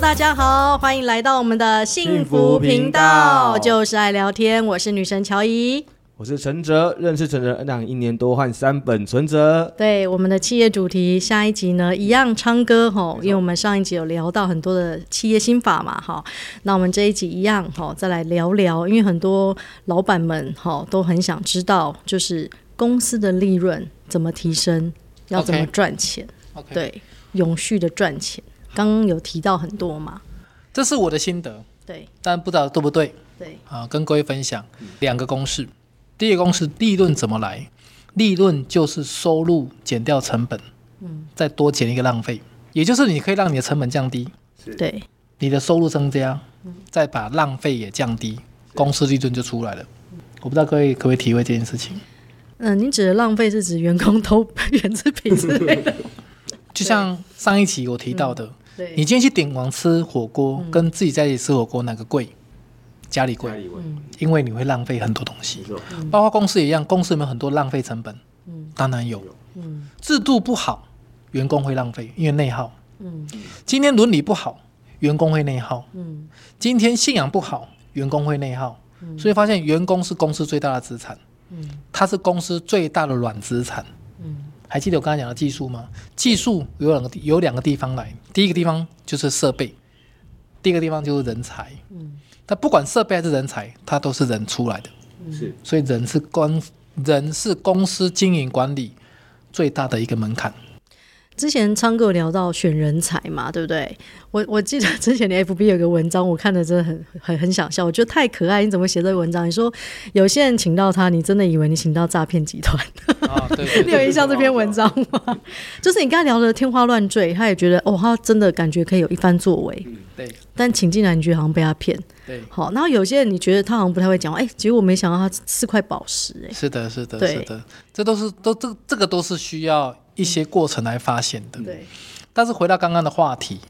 大家好，欢迎来到我们的幸幸福福频频道，道就是爱聊天，我是女神乔伊。我是陈哲，认识陈哲恩长一年多，换三本存折。对我们的企业主题，下一集呢一样唱歌吼，因为我们上一集有聊到很多的企业心法嘛哈，那我们这一集一样哈，再来聊聊，因为很多老板们哈都很想知道，就是公司的利润怎么提升，要怎么 OK 赚钱 OK，对，永续的赚钱，刚刚有提到很多嘛，这是我的心得，对但不知道对不对对，啊？跟各位分享两个公式。第一个公式，利润怎么来？利润就是收入减掉成本，嗯，再多减一个浪费，也就是你可以让你的成本降低，对你的收入增加，再把浪费也降低，公司利润就出来了。我不知道各位可不可以体会这件事情？嗯，您指的浪费是指员工偷 原制品之类的？就像上一期我提到的，对，嗯你今天去鼎王吃火锅，跟自己在家里吃火锅哪个贵？家里贵。嗯因为你会浪费很多东西，包括公司也一样，公司有没有很多浪费成本？嗯，当然有。嗯，制度不好，员工会浪费，因为内耗。嗯今天伦理不好，员工会内耗。嗯今天信仰不好，员工会内耗。所以发现员工是公司最大的资产，嗯它是公司最大的软资产。嗯还记得我刚才讲的技术吗？技术有两个地有两个地方来，第一个地方就是设备，第一个地方就是人才。嗯，但不管设备还是人才，它都是人出来的。是所以人是关人是公司经营管理最大的一个门槛。之前昌哥有聊到选人才嘛，对不对？我我记得之前的 FB 有个文章，我看的真的很很很想笑，我觉得太可爱。你怎么写这个文章？你说有些人请到他，你真的以为你请到诈骗集团？ 啊，对对你有印象这篇文章吗？就是你刚才聊的天花乱坠，他也觉得哦，他真的感觉可以有一番作为， 对但请进来你觉得好像被他骗。对，好，然后有些人你觉得他好像不太会讲话，哎、结果没想到他是块宝石、哎。是的，是的，对是的，这都是都这这个都是需要一些过程来发现的。对，但是回到刚刚的话题，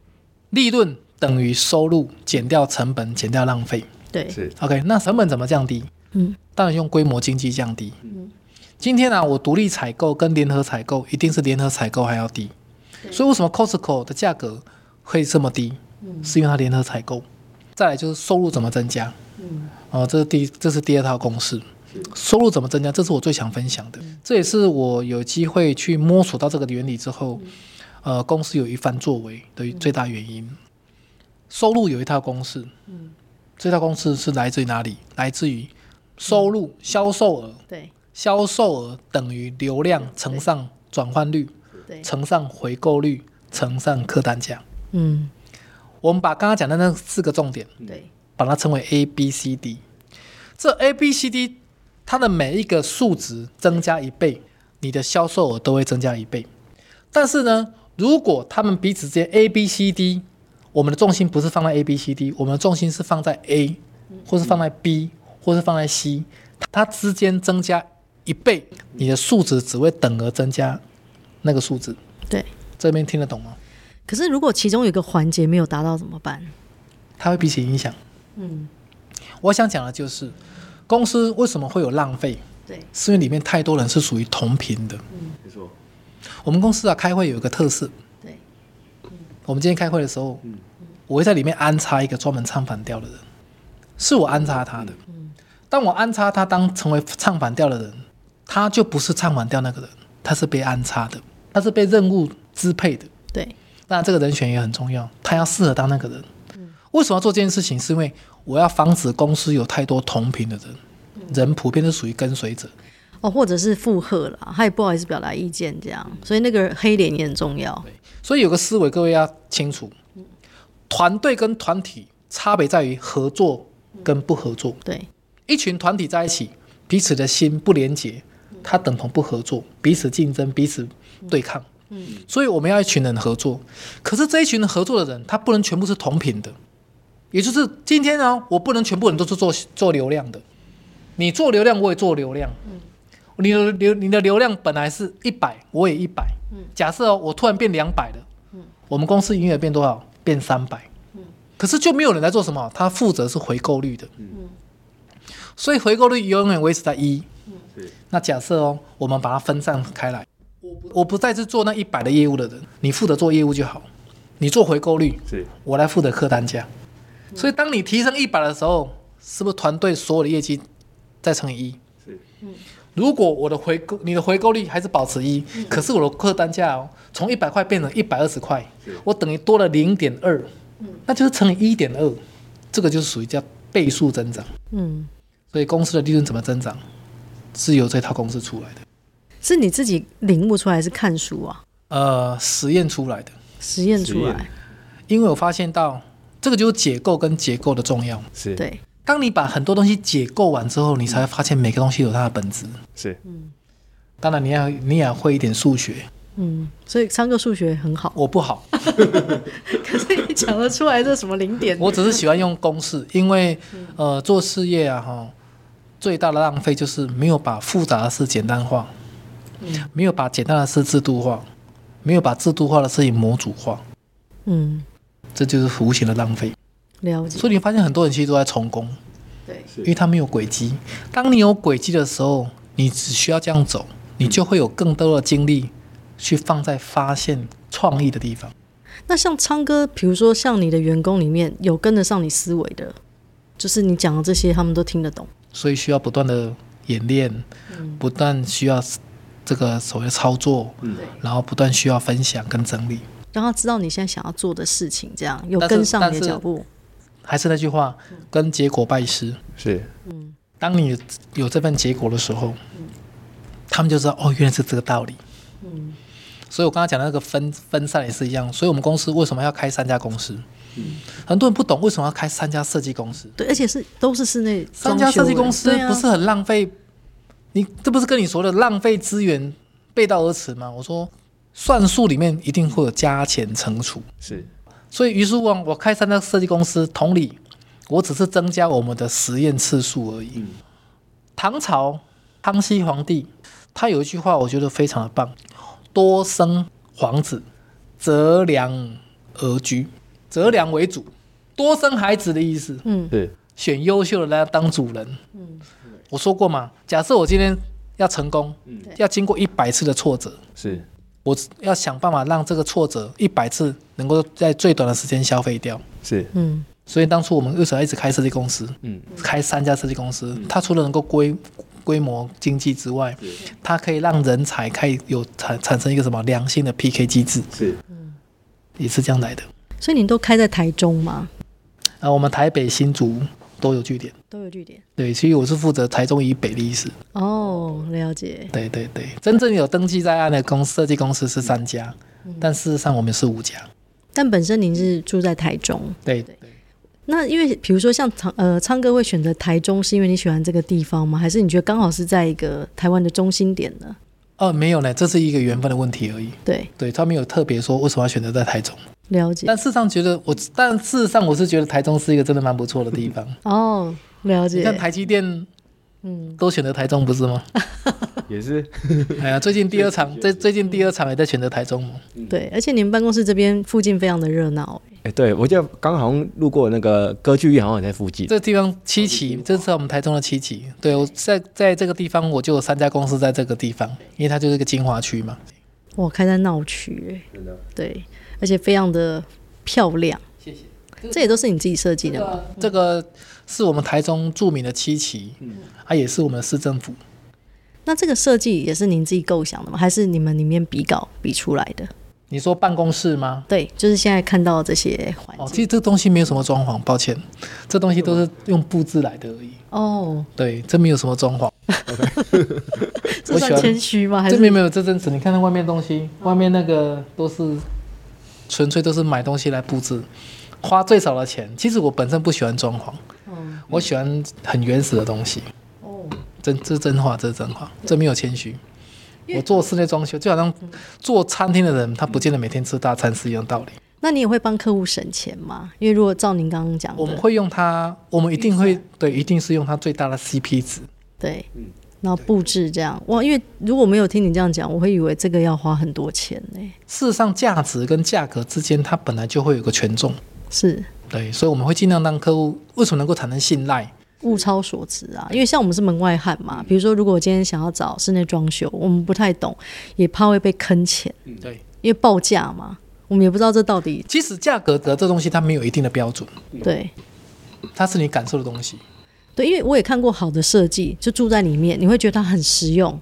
利润等于收入减掉成本减掉浪费。对，是 OK，那成本怎么降低？嗯，当然用规模经济降低。嗯，今天呢、我独立采购跟联合采购一定是联合采购还要低，所以为什么 Costco 的价格会这么低？嗯，是因为它联合采购。再来就是收入怎么增加？嗯，哦，这是第这是第二套公式。收入怎么增加？这是我最想分享的，这也是我有机会去摸索到这个原理之后，呃，公司有一番作为的最大原因。收入有一套公式，这套公式是来自于哪里？来自于收入、销售额，对，销售额等于流量乘上转换率，对，乘上回购率，乘上客单价。嗯，我们把刚刚讲的那四个重点，对，把它称为 A、B、C、D。这 A、B、C、D 它的每一个数值增加一倍，你的销售额都会增加一倍。但是呢，如果他们彼此之间 A、B、C、D，我们的重心不是放在 A、B、C、D，我们的重心是放在 A，或是放在 B，或是放在 C，它之间增加一倍，你的数值只会等额增加那个数值。对。这边听得懂吗？可是如果其中有一个环节没有达到怎么办？它会彼此影响。嗯，我想讲的就是，公司为什么会有浪费？对，是因为里面太多人是属于同频的。嗯没错，我们公司啊，开会有一个特色，嗯对，我们今天开会的时候，嗯我会在里面安插一个专门唱反调的人，是我安插他的。嗯当我安插他当成为唱反调的人，他就不是唱反调那个人，他是被安插的，他是被任务支配的。对，那这个人选也很重要，他要适合当那个人。为什么要做这件事情？是因为我要防止公司有太多同频的人，人普遍是属于跟随者。哦，或者是附和啦，他也不好意思表达意见，这样，所以那个黑脸也很重要。所以有个思维，各位要清楚，团队跟团体差别在于合作跟不合作。对，一群团体在一起，彼此的心不连结，它等同不合作，彼此竞争，彼此对抗。嗯，所以我们要一群人合作，可是这一群人合作的人，他不能全部是同频的，也就是今天呢、我不能全部人都是做做流量的，你做流量，我也做流量。嗯，你的流你的流量本来是一百，我也一百。嗯，假设、哦、我突然变两百了，嗯，我们公司营业额变多少？变三百。嗯，可是就没有人来做什么，他负责是回购率的。所以回购率永远维持在一。是那假设哦，我们把它分散开来，我不再是做那一百的业务的人，你负责做业务就好，你做回购率，是我来负责客单价。所以当你提升一百的时候，是不是团队所有的业绩再乘以一？是，如果我的回购，你的回购率还是保持一，可是我的客单价哦，从一百块变成一百二十块，我等于多了零点二，那就是乘以一点二，这个就是属于叫倍数增长。嗯，所以公司的利润怎么增长，是由这套公式出来的，是你自己领悟出来，还是看书啊，呃，实验出来的。实验出实来，因为我发现到这个就是解构跟结构的重要。是，对，当你把很多东西解构完之后，你才会发现每个东西有它的本质。是，当然，你要你也会一点数学，嗯，所以昌哥数学很 好，我不好，可是你讲得出来这什么零点？我只是喜欢用公式，因为呃做事业啊哈，最大的浪费就是没有把复杂的事简单化，没有把简单的事制度化，没有把制度化的事情模组化，嗯，这就是无形的浪费。了解，所以你发现很多人其实都在重工，对，对因为它没有轨迹。当你有轨迹的时候，你只需要这样走，你就会有更多的精力去放在发现创意的地方。那像昌哥，比如说像你的员工里面有跟得上你思维的，就是你讲的这些，他们都听得懂。所以需要不断的演练，不断需要这个所谓的操作，然后不断需要分享跟整理。让他知道你现在想要做的事情，这样有但是跟上你但的是脚步。还是那句话，跟结果拜师。是，当你有这份结果的时候，嗯他们就知道哦，原来是这个道理。嗯所以我刚刚讲的那个分分散也是一样。所以我们公司为什么要开三家公司？嗯很多人不懂为什么要开三家设计公司。对，而且是都是室内三家设计公司装修欸对啊不是很浪费？你这不是跟你说的浪费资源背道而驰吗？我说算术里面一定会有加减乘除，是，所以于是乎啊我开三家设计公司，同理，我只是增加我们的实验次数而已。唐朝康熙皇帝他有一句话，我觉得非常的棒：多生皇子，择良而居，择良为主，多生孩子的意思。嗯是，选优秀的来当主人。我说过嘛，假设我今天要成功，要经过一百次的挫折，是，我要想办法让这个挫折一百次能够在最短的时间消费掉。是，嗯，所以当初我们为什么一直开设计公司？嗯，开三家设计公司，它除了能够规规模经济之外，它可以让人才可以有产产生一个什么良性的 PK 机制，是，也是这样来的。所以你都开在台中吗？啊，我们台北、新竹都有据点，都有据点。对，所以我是负责台中以北的意思。哦，了解。对对对，真正有登记在案的公设计公司是三家，但事实上我们是五家。但本身您是住在台中，对对，那因为比如说像昌呃昌哥会选择台中，是因为你喜欢这个地方吗？还是你觉得刚好是在一个台湾的中心点呢？哦，没有呢，这是一个缘分的问题而已。对，对他没有特别说为什么要选择在台中，了解。但事实上觉得我，但事实上我是觉得台中是一个真的蛮不错的地方。哦，了你解看。台积电，嗯，都选择台中不是吗？也是，哎呀，最近第二场，最最近第二场也在选择台中嘛。对，而且你们办公室这边附近非常的热闹、欸 哎，对我记得刚好像路过那个歌剧院，好像也在附近。这地方七期，这是我们台中的七期。对我在在这个地方，我就有三家公司在这个地方，因为它就是个精华区嘛。哇，开在闹区、欸，对，而且非常的漂亮。谢啊谢。这也都是你自己设计的吗？这个是我们台中著名的七期，啊，也是我们的市政府。那这个设计也是您自己构想的吗？还是你们里面比稿比出来的？你说办公室吗？对，就是现在看到这些环哦，其境实这东西没有什么装潢，抱歉，这东西都是用布置来的而已。哦，对，这没有什么装潢，哦这算喜欢谦虚吗？还这没是有没有这真实。你看那外面东西，外面那个都是纯粹都是买东西来布置，花最少的钱。其实我本身不喜欢装潢，我喜欢很原始的东西。哦，真这是真话，这是真话，这没有谦虚。我做室内装修，就好像做餐厅的人，他不见得每天吃大餐是一样道理。那你也会帮客户省钱吗？因为如果照您刚刚讲我们的，会用它，我们一定会对，一定是用它最大的 CP 值。对，嗯然后布置这样哇，因为如果没有听你这样讲，我会以为这个要花很多钱呢、事实上，价值跟价格之间，它本来就会有个权重。是对，所以我们会尽量让客户为什么能够产生信赖？物超所值啊，因为像我们是门外汉嘛，比如说如果我今天想要找室内装修，我们不太懂，也怕会被坑钱，对，因为报价嘛，我们也不知道这到底其实价格的这东西它没有一定的标准，对它是你感受的东西。对，因为我也看过好的设计，就住在里面，你会觉得它很实用。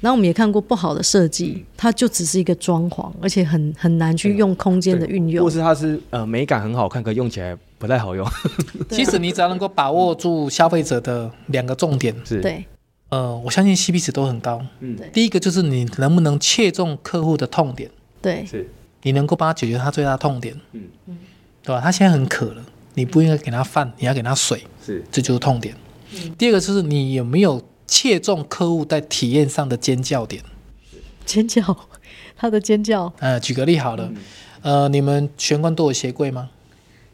然后我们也看过不好的设计，它就只是一个装潢，而且很很难去用空间的运用或。是它是呃美感很好看，可用起来不太好用，其实你只要能够把握住消费者的两个重点，是，对呃，我相信 CP 值都很高。嗯对第一个就是你能不能切中客户的痛点，对是，你能够帮他解决他最大的痛点，嗯对吧？他现在很渴了，你不应该给他饭，你要给他水，是，这就是痛点。第二个就是你有没有切中客户在体验上的尖叫点。尖叫， 它的尖叫呃，举个例好了，呃，你们玄关都有鞋柜吗？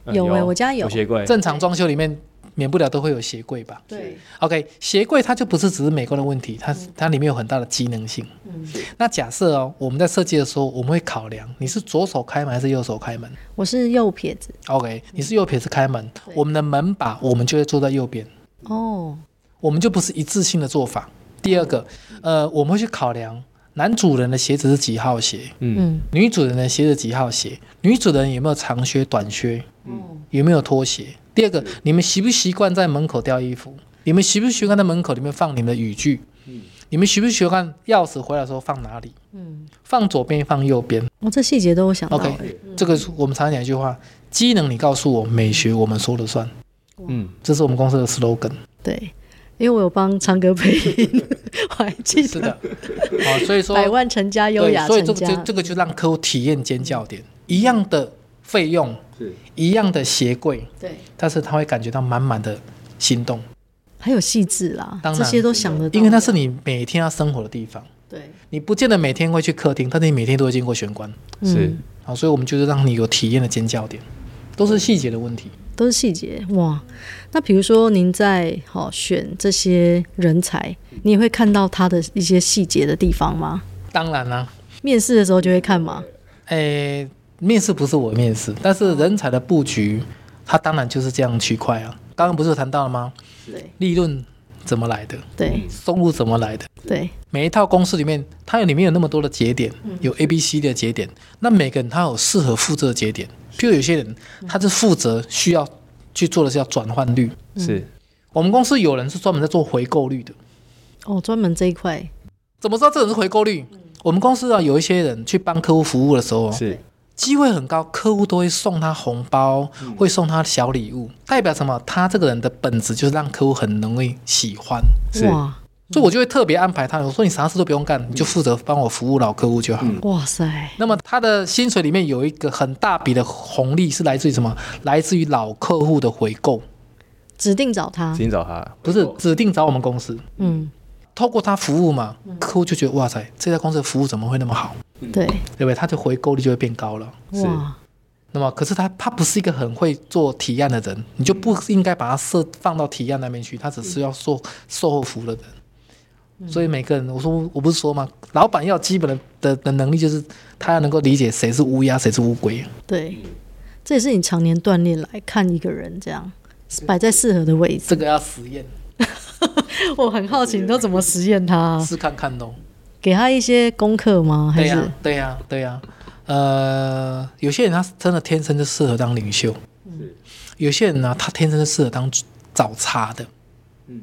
呃有欸我家有鞋柜，正常装修里面免不了都会有鞋柜吧对？OK，鞋柜它就不是只是美观的问题，它它里面有很大的机能性。嗯那假设哦，我们在设计的时候，我们会考量你是左手开门还是右手开门。我是右撇子 OK，你是右撇子开门，对我们的门把我们就会坐在右边，哦，我们就不是一致性的做法。第二个，嗯呃，我们会去考量男主人的鞋子是几号鞋，嗯女主人的鞋子几号鞋，女主人有没有长靴、短靴，哦，有没有拖鞋。第二个，你们习不习惯在门口掉衣服？你们习不习惯在门口里面放你们的雨具？你们习不习惯钥匙回来的时候放哪里？嗯，放左边，放右边。我这细节都有想到 OK，欸这个是我们常常讲一句话：机能你告诉我，美学我们说了算。嗯，这是我们公司的 slogan。对，因为我有帮昌哥配音，我还记是得的，哦，所以说百万成家优对，雅所以成这个家，这这个就让客户体验尖叫点，一样的费用，是，一样的鞋柜，对，但是他会感觉到满满的心动，还有细致啦，当然这些都想得到，因为那是你每天要生活的地方。对，你不见得每天会去客厅，但是你每天都会经过玄关是嗯，啊，所以我们就是让你有体验的尖叫点，都是细节的问题。都是细节哇。那比如说您在好、选这些人才，你也会看到他的一些细节的地方吗？当然啦、面试的时候就会看吗？诶，面试不是我面试，但是人才的布局，它当然就是这样区块啊。刚刚不是有谈到了吗？对利润怎么来的，对收入怎么来的？对每一套公司里面，它有里面有那么多的节点，有 A、B、C 的节点，那每个人他有适合负责的节点。譬如有些人，他是负责需要去做的是要转换率。嗯是，我们公司有人是专门在做回购率的，哦，专门这一块怎么知道这个人是回购率？我们公司啊，有一些人去帮客户服务的时候，哦是，机会很高，客户都会送他红包，会送他小礼物，代表什么？他这个人的本质就是让客户很容易喜欢，嗯是哇所以我就会特别安排他，我说你啥事都不用干，你就负责帮我服务老客户就好。哇塞，那么他的薪水里面有一个很大笔的红利是来自于什么？来自于老客户的回购，指定找他，今天找他，不是指定找我们公司，嗯，透过他服务嘛，客户就觉得哇塞，这家公司的服务怎么会那么好？对对不对？他的回购率就会变高了。是哇，那么，可是他他不是一个很会做提案的人，你就不应该把他设放到提案那边去，他只是要售售后服务的人。所以每个人，我说我不是说吗？老板要基本的的的能力就是他要能够理解谁是乌鸦，谁是乌龟。对，嗯这也是你常年锻炼来看一个人这样。摆在适合的位置，这个要实验， 我很好奇，你都怎么实验它、试看看咯。给他一些功课吗？哦还啊对啊呀、是对呀、对呀、呃，有些人他真的天生就适合当领袖，是，有些人呢、啊他天生就适合当找茬的。嗯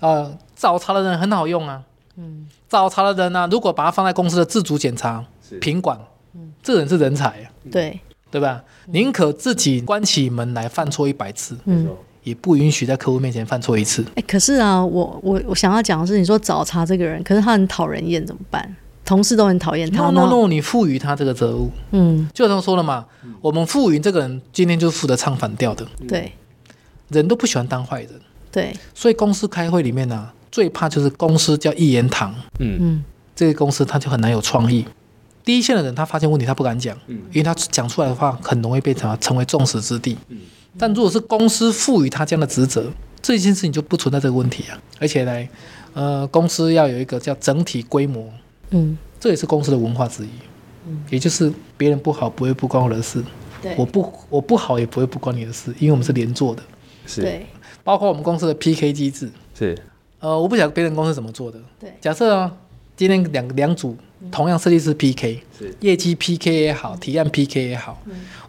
呃，找茬的人很好用啊。嗯，找茬的人呢、啊如果把他放在公司的自主检查是、品管，嗯这人是人才啊，对，对吧？宁可自己关起门来犯错一百次，嗯，也不允许在客户面前犯错一次。哎、可是啊，我我我想要讲的是，你说找茬这个人，可是他很讨人厌，怎么办？同事都很讨厌他 No 然 no 后 no，你赋予他这个责务，嗯，就像说了嘛，我们赋予这个人今天就是负责唱反调的，对人都不喜欢当坏人，对，所以公司开会里面呢、最怕就是公司叫一言堂，嗯，嗯这个公司他就很难有创意。第一线的人，他发现问题，他不敢讲，因为他讲出来的话很容易被成成为众矢之的。但如果是公司赋予他这样的职责，这件事情就不存在这个问题啊。而且呢，呃，公司要有一个叫整体规模，嗯，这也是公司的文化之一。也就是别人不好不会不关我的事，对我不我不好也不会不关你的事，因为我们是连坐的。是，对包括我们公司的 PK 机制，是，呃，我不晓得别人公司怎么做的。对假设啊，今天两两组同样设计师 PK，是业绩 PK 也好，提案 PK 也好，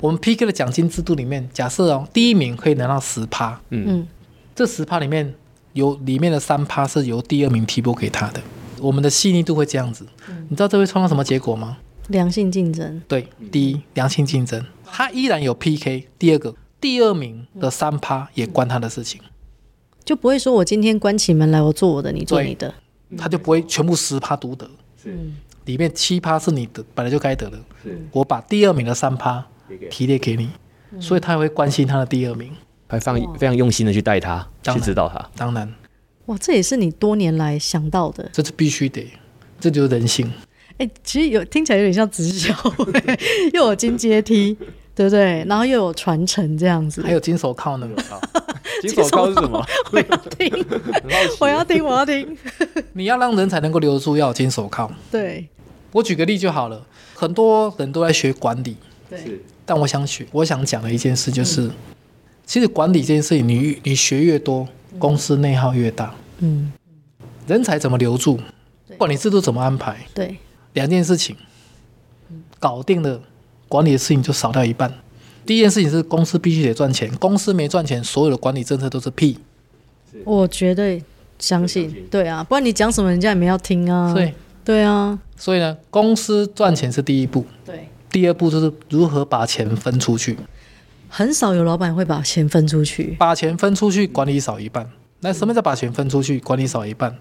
我们 PK 的奖金制度里面，假设哦，第一名可以拿到十趴，嗯这十趴里面有里面的三趴是由第二名提拨给他的。我们的细腻度会这样子，你知道这会创造什么结果吗？良性竞争，对，第一，良性竞争，他依然有 PK。第二个，第二名的三趴也关他的事情，就不会说我今天关起门来，我做我的，你做对你的。他就不会全部十趴独得，是里面七趴是你的本来就该得的，是，我把第二名的三趴也给提列给你，所以他会关心他的第二名。还放非常用心的去带他，当去然指导 他。当然，哇，这也是你多年来想到的。这是必须得，这就是人性。哎、其实有听起来有点像直销、欸， 又有金阶梯，对不对？然后又有传承这样子还。有金手铐呢，金手铐是什么？我要听，我要听，我要听。你要让人才能够留住，要有金手铐。对我举个例就好了，很多人都在学管理，对，是但我想学，我想讲的一件事就是，其实管理这件事情，你你学越多，公司内耗越大。嗯，人才怎么留住？对不管你制度怎么安排，对，两件事情搞定了，管理的事情就少掉一半。第一件事情是公司必须得赚钱，公司没赚钱，所有的管理政策都是屁。我绝对相相信信。对啊，不然你讲什么，人家也没要听啊。所以，对啊，所以呢，公司赚钱是第一步，对，第二步就是如何把钱分出去。很少有老板会把钱分出去。把钱分出去，管理少一半。那什么叫把钱分出去，管理少一半？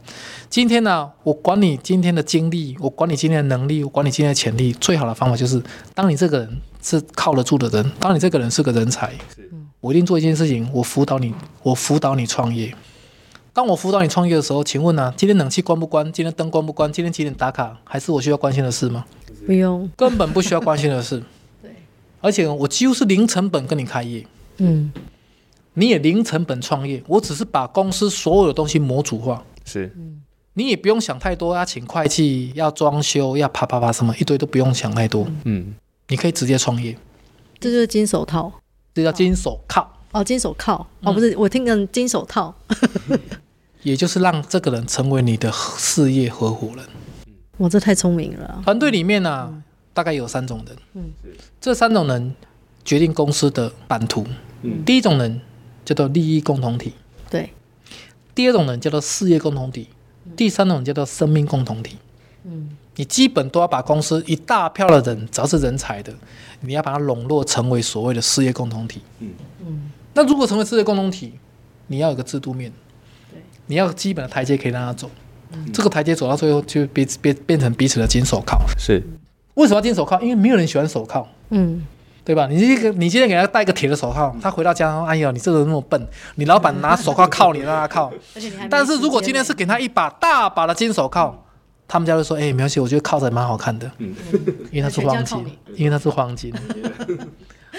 今天呢、我管理今天的精力，我管理今天的能力，我管理今天的潜力，最好的方法就是，当你这个人是靠得住的人，当你这个人是个人才是，我一定做一件事情，我辅导你，我辅导你创业。当我辅导你创业的时候，请问呢、今天冷气关不关？今天灯关不关？今天几点打卡？还是我需要关心的事吗？不用，根本不需要关心的事。对，而且我几乎是零成本跟你开业。嗯，你也零成本创业，我只是把公司所有的东西模组化，是，你也不用想太多，要啊请会计，要装修，要啪啪啪什么一堆都不用想太多，嗯，你可以直接创业，这就是金手套这叫金手铐，哦，金手铐哦，不是，我听成金手套。也就是让这个人成为你的事业合伙人。我这太聪明了啊。团队里面呢、大概有三种人，嗯这三种人决定公司的版图。嗯第一种人叫做利益共同体，对，第二种人叫做事业共同体，第三种人叫做生命共同体。嗯，你基本都要把公司一大票的人，只要是人才的，你要把它笼络成为所谓的事业共同体。嗯嗯，那如果成为事业共同体，你要有个制度面对，嗯你要有基本的台阶可以让他走。这个台阶走到最后就变变变成彼此的金手铐。是，为什么要金手铐？因为没有人喜欢手铐，嗯，对吧？你这个你今天给他戴个铁的手铐，他回到家，哎呦，你这个人那么笨，你老板拿手铐铐你，让他铐。而且你还没嗯但是如果时间今天呢是给他一把大把的金手铐，他们家就说：“哎、没关系，我觉得铐着蛮好看的，嗯因为它是黄金全家靠，因为它是 黄金。”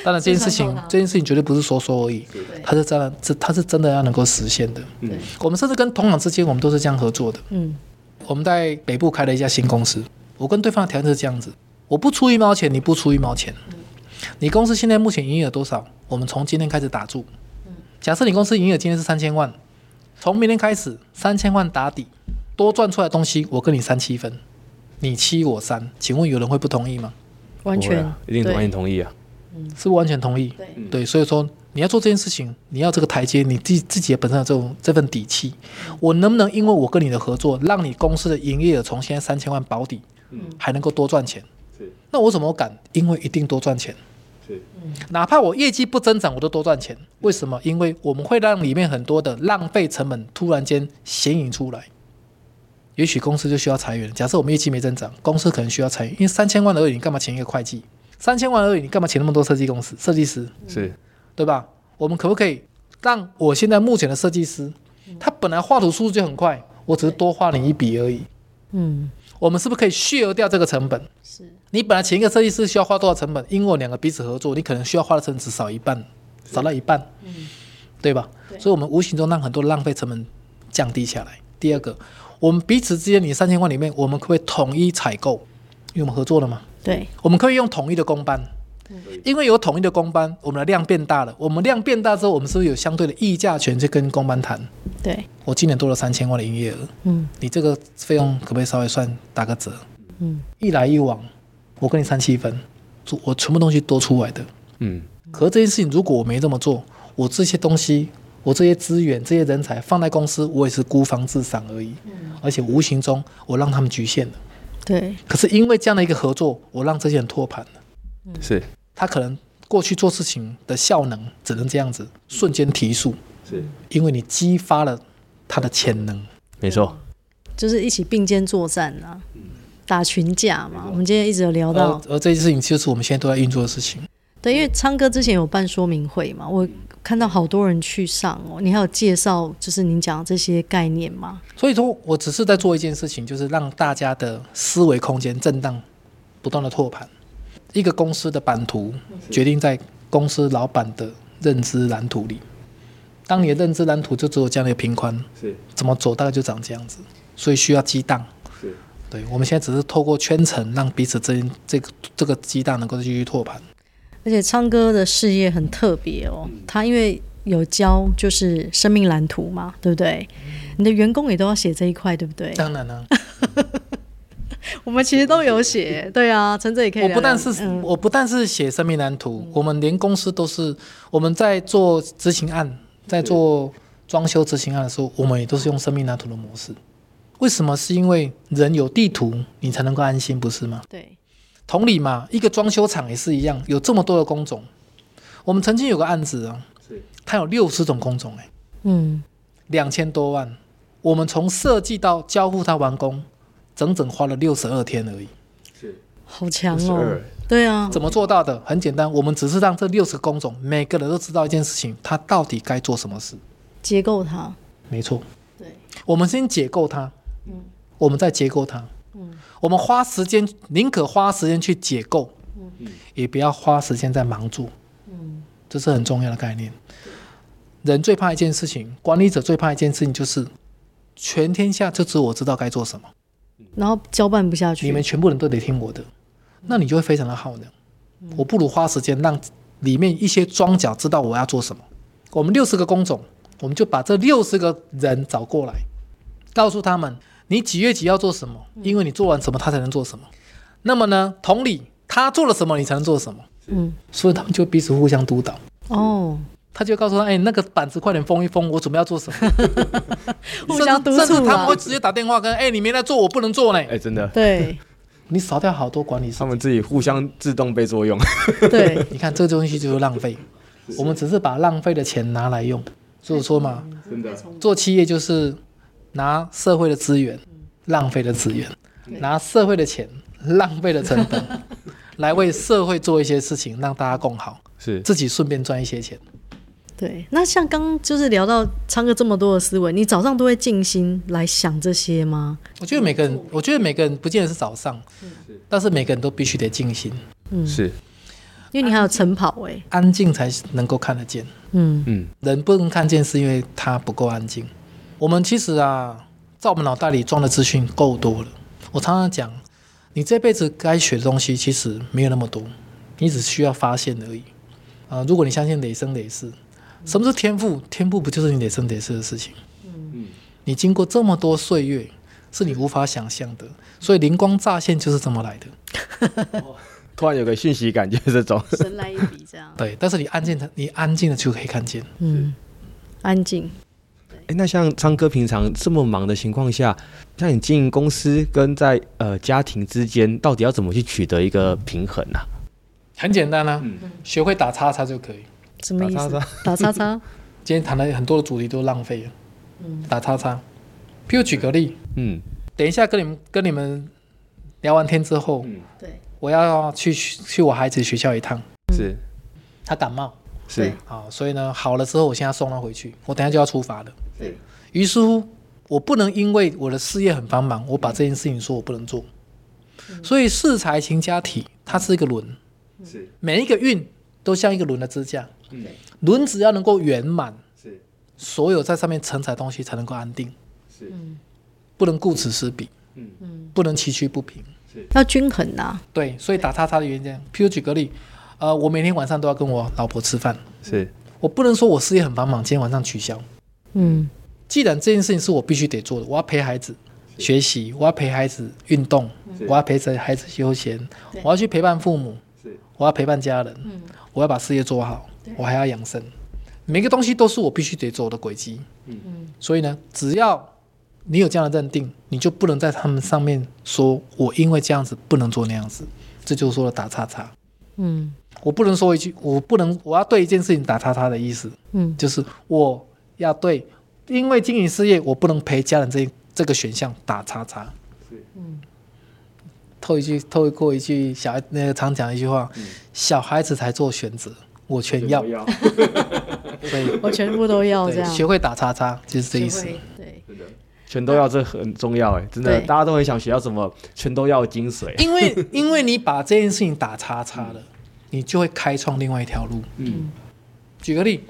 当然，这件事情非常靠它，这件事情绝对不是说说而已是，它是真的，这它是真的要能够实现的。对我们甚至跟同行之间，我们都是这样合作的。嗯我们在北部开了一家新公司，我跟对方的条件是这样子：我不出一毛钱，你不出一毛钱。你公司现在目前营业额多少？我们从今天开始打住。假设你公司营业额今天是三千万，从明天开始三千万打底，多赚出来的东西我跟你三七分，你七我三。请问有人会不同意吗？完不会全啊一定对完全同意啊。是不是完全同意？对嗯对，所以说你要做这件事情，你要这个台阶，你自己自己本身有这种这份底气。我能不能因为我跟你的合作，让你公司的营业额从现在三千万保底，还能够多赚钱？嗯是那我怎么敢？因为一定多赚钱，是哪怕我业绩不增长，我都多赚钱。为什么？因为我们会让里面很多的浪费成本突然间显影出来。也许公司就需要裁员。假设我们业绩没增长，公司可能需要裁员，因为三千万而已，你干嘛请一个会计？三千万而已，你干嘛请那么多设计公司、设计师？是，对吧？我们可不可以让我现在目前的设计师，嗯他本来画图速度就很快，我只是多画你一笔而已。嗯我们是不是可以削掉这个成本？是你本来请一个设计师需要花多少成本？因为我两个彼此合作，你可能需要花的成本只少一半，少到一半，嗯对吧？所以，我们无形中让很多浪费成本降低下来。第二个，我们彼此之间，你三千万里面，我们可不可以统一采购？因为我们合作了嘛，对我们可以用统一的公班，因为有统一的公班，我们的量变大了。我们量变大之后，我们是不是有相对的议价权去跟公班谈？对，我今年多了三千万的营业额，嗯，你这个费用可不可以稍微算打个折？嗯，一来一往，我跟你三七分，就我全部东西多出来的。嗯，可是这件事情如果我没这么做，我这些东西，我这些资源、这些人才放在公司，我也是孤芳自赏而已。而且无形中我让他们局限了。对，可是因为这样的一个合作，我让这些人托盘了。嗯是嗯他可能过去做事情的效能只能这样子瞬间提速，是因为你激发了他的潜能。没错，就是一起并肩作战啊，嗯打群架嘛。我们今天一直有聊到而，而这件事情就是我们现在都在运作的事情。对，因为昌哥之前有办说明会嘛，我看到好多人去上哦。你还有介绍，就是您讲的这些概念吗？所以说我只是在做一件事情，就是让大家的思维空间震荡不断的拓盘。一个公司的版图决定在公司老板的认知蓝图里。当你的认知蓝图就只有这样的一个平宽，是怎么走大概就长这样子，所以需要激荡。是，对，我们现在只是透过圈层，让彼此之间这个这个激荡能够继续拓盘。而且昌哥的事业很特别哦，嗯他因为有教就是生命蓝图嘛，对不对？嗯你的员工也都要写这一块，对不对？当然啊了、我们其实都有写，对啊，陈 哲也可以聊聊。嗯我不但是、我不但是写生命蓝图，我们连公司都是我们在做执行案，在做装修执行案的时候，我们也都是用生命蓝图的模式。为什么？是因为人有地图，你才能够安心，不是吗？对，同理嘛，一个装修厂也是一样，有这么多的工种。我们曾经有个案子啊是，它有六十种工种、欸，嗯，两千多万，我们从设计到交付它完工，整整花了六十二天而已。是好强哦52，对啊，怎么做到的？很简单，我们只是让这六十工种每个人都知道一件事情，他到底该做什么事。结构它，没错，对，我们先解构它，嗯我们再结构它。嗯，我们花时间，宁可花时间去解构，嗯也不要花时间在忙做。嗯，这是很重要的概念。人最怕一件事情，管理者最怕一件事情就是，全天下就只有我知道该做什么。然后交办不下去，你们全部人都得听我的，那你就会非常的耗能。嗯我不如花时间让里面一些庄脚知道我要做什么。我们六十个工种，我们就把这六十个人找过来，告诉他们你几月几要做什么，嗯因为你做完什么，他才能做什么。那么呢，同理，他做了什么，你才能做什么。嗯，所以他们就彼此互相督导。哦，他就告诉他，哎、那个板子快点封一封，我准备要做什么。 互相督甚至促啊他们啦会，直接打电话跟，哎、你没来做，我不能做呢。哎，真的，对你少掉好多管理他上。们自己互相自动被作用， 对，你看这个东西就是浪费，我们只是把浪费的钱拿来用。所以我说嘛，真的做企业就是拿社会的资源，浪费的资源，拿社会的钱，浪费的成本，来为社会做一些事情，让大家共好，是自己顺便赚一些钱。对，那像刚就是聊到昌哥这么多的思维，你早上都会静心来想这些吗？我觉得每个人，我觉得每个人不见得是早上，但是每个人都必须得静心，嗯是，因为你还有晨跑哎、安静才能够看得见。嗯，嗯，人不能看见是因为它不够安静。我们其实啊，在我们脑袋里装的资讯够多了。我常常讲，你这辈子该学的东西其实没有那么多，你只需要发现而已。啊、如果你相信累生累世，什么是天赋？天赋不就是你累生累世的事情？嗯你经过这么多岁月，是你无法想象的。所以灵光乍现就是这么来的。突然有个讯息感，就是这种，神来一笔这样，对，但是你安静的，你安静的就可以看见。嗯，安静，哎，那像昌哥平常这么忙的情况下，像你经营公司跟在呃家庭之间，到底要怎么去取得一个嗯平衡啊？很简单啊，嗯学会打叉叉就可以。什么意思？打叉叉，今天谈了很多的主题都浪费了，打叉叉。譬如举个例，嗯，等一下跟你们跟你们聊完天之后，嗯对我要去去我孩子学校一趟，嗯是他感冒是对，啊，所以呢好了之后，我现在送他回去，我等一下就要出发了。对，于是乎，我不能因为我的事业很繁忙，我把这件事情说我不能做。所以适才行家体，它是一个轮，是每一个运都像一个轮的支架，嗯轮只要能够圆满，是所有在上面承载的东西才能够安定。是嗯不能顾此失彼，嗯不能崎岖不平。要均衡呐、啊对，所以打叉叉的原因这样，譬如举个例，呃，我每天晚上都要跟我老婆吃饭，是我不能说我事业很繁忙，今天晚上取消。嗯既然这件事情是我必须得做的，我要陪孩子学习，我要陪孩子运动，我要陪着孩子休闲，我要去陪伴父母是，我要陪伴家人，我要把事业做好，我还要养生，每个东西都是我必须得走的轨迹。嗯，所以呢，只要你有这样的认定，你就不能在他们上面说我因为这样子不能做那样子，这就是说的打叉叉。嗯我不能说一句，我不能，我要对一件事情打叉叉的意思。嗯就是我要对，因为经营事业，我不能陪家人这这个选项打叉叉。透一句，透过一句小孩那个常讲一句话，小孩子才做选择，我哎全要，要，所以我全部都哦要这对样，学会打叉叉就是这意思学。会对，全都要，这很重要哎，真的，对大家都很想学到什么全都要的精髓。因为因为你把这件事情打叉叉了，你就会开创另外一条路。嗯，举个例，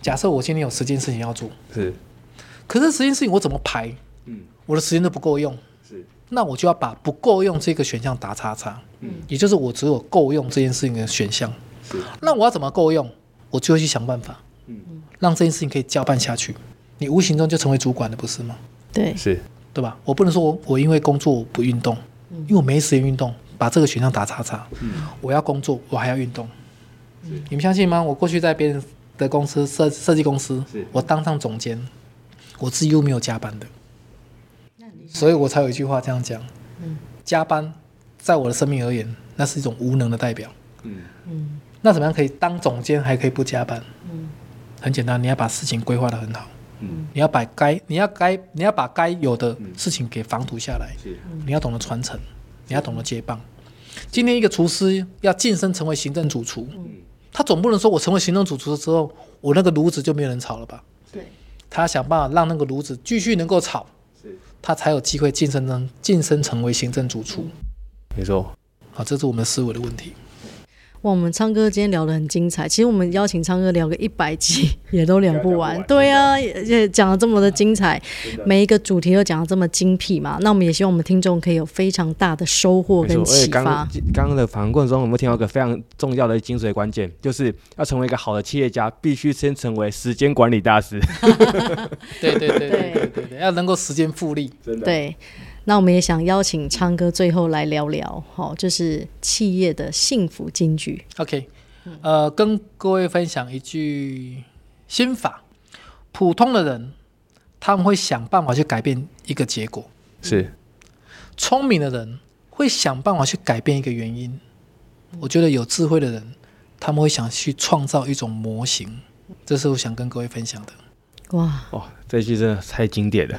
假设我今天有十件事情要做，是可是十件事情我怎么排？嗯，我的时间都不够用，是，那我就要把不够用这个选项打叉叉，嗯，也就是我只有够用这件事情的选项，是，那我要怎么够用？我就会去想办法，嗯，让这件事情可以交办下去，你无形中就成为主管了，不是吗？对，是，对吧？我不能说我我因为工作我不运动，因为我没时间运动，把这个选项打叉叉，我要工作，我还要运动，你们相信吗？我过去在别人的公司设设计公司是，我当上总监，我自己又没有加班的，所以我才有一句话这样讲：加班在我的生命而言，那是一种无能的代表。嗯，嗯那怎么样可以当总监还可以不加班？嗯很简单，你要把事情规划得很好，嗯你要把该你要该你要把该有的事情给防堵下来，是，你要懂得传承，你要懂得接棒。今天一个厨师要晋升成为行政主厨，嗯他总不能说我成为行政主厨之后，我那个炉子就没有人炒了吧？对，他要想办法让那个炉子继续能够炒，是，他才有机会晋升成晋升成为行政主厨。嗯没错，好，这是我们的思维的问题。哇，我们昌哥今天聊得很精彩，其实我们邀请昌哥聊个一百集 也都聊不完，聊不完对啊，也也讲得这么的精彩，每一个主题都讲得这么精辟嘛，那我们也希望我们听众可以有非常大的收获没错。跟而且启刚发刚，刚的访问过程中，我们听到一个非常重要的精髓关键，就是要成为一个好的企业家，必须先成为时间管理大师。对对对对对 对对对，要能够实践复利。真的，，对。那我们也想邀请昌哥最后来聊聊，好、就是企业的幸福金句。 OK，呃，跟各位分享一句心法：普通的人他们会想办法去改变一个结果，是聪明的人会想办法去改变一个原因。我觉得有智慧的人，他们会想去创造一种模型。这是我想跟各位分享的。哇，哦，这句真的太经典了。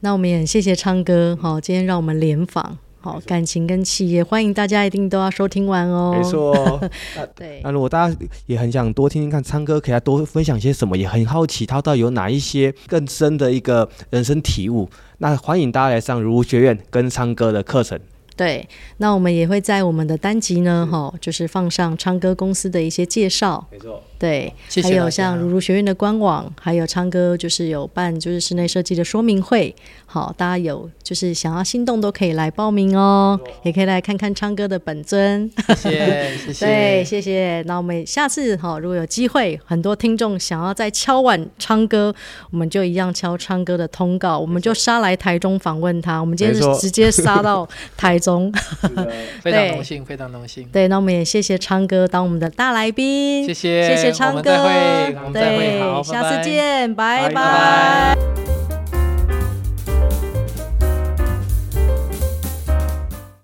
那我们也很谢谢昌哥，好、今天让我们联访，好、感情跟企业，欢迎大家一定都要收听完哦。没，错。对那如果大家也很想多听听看昌哥，给他多分享些什么，也很好奇他到底有哪一些更深的一个人生体悟，那欢迎大家来上如学院跟昌哥的课程。对。那我们也会在我们的单集嗯呢，哈、就是放上昌哥公司的一些介绍，没错，对，谢谢还有大家像如如学院的官网，还有昌哥就是有办就是室内设计的说明会，好，大家有就是想要心动都可以来报名哦，也可以来看看昌哥的本尊。谢谢，谢谢。对，谢谢。那我们下次哈、如果有机会，很多听众想要再敲碗昌哥，我们就一样敲昌哥的通告，我们就杀来台中访问他。我们今天没错是直接杀到台 中。是的， 非常对荣幸，非常荣幸。对，那我们也谢谢昌哥当我们的大来宾，谢谢谢谢我昌们哥再会我，们再会对，好拜下拜次见，拜拜拜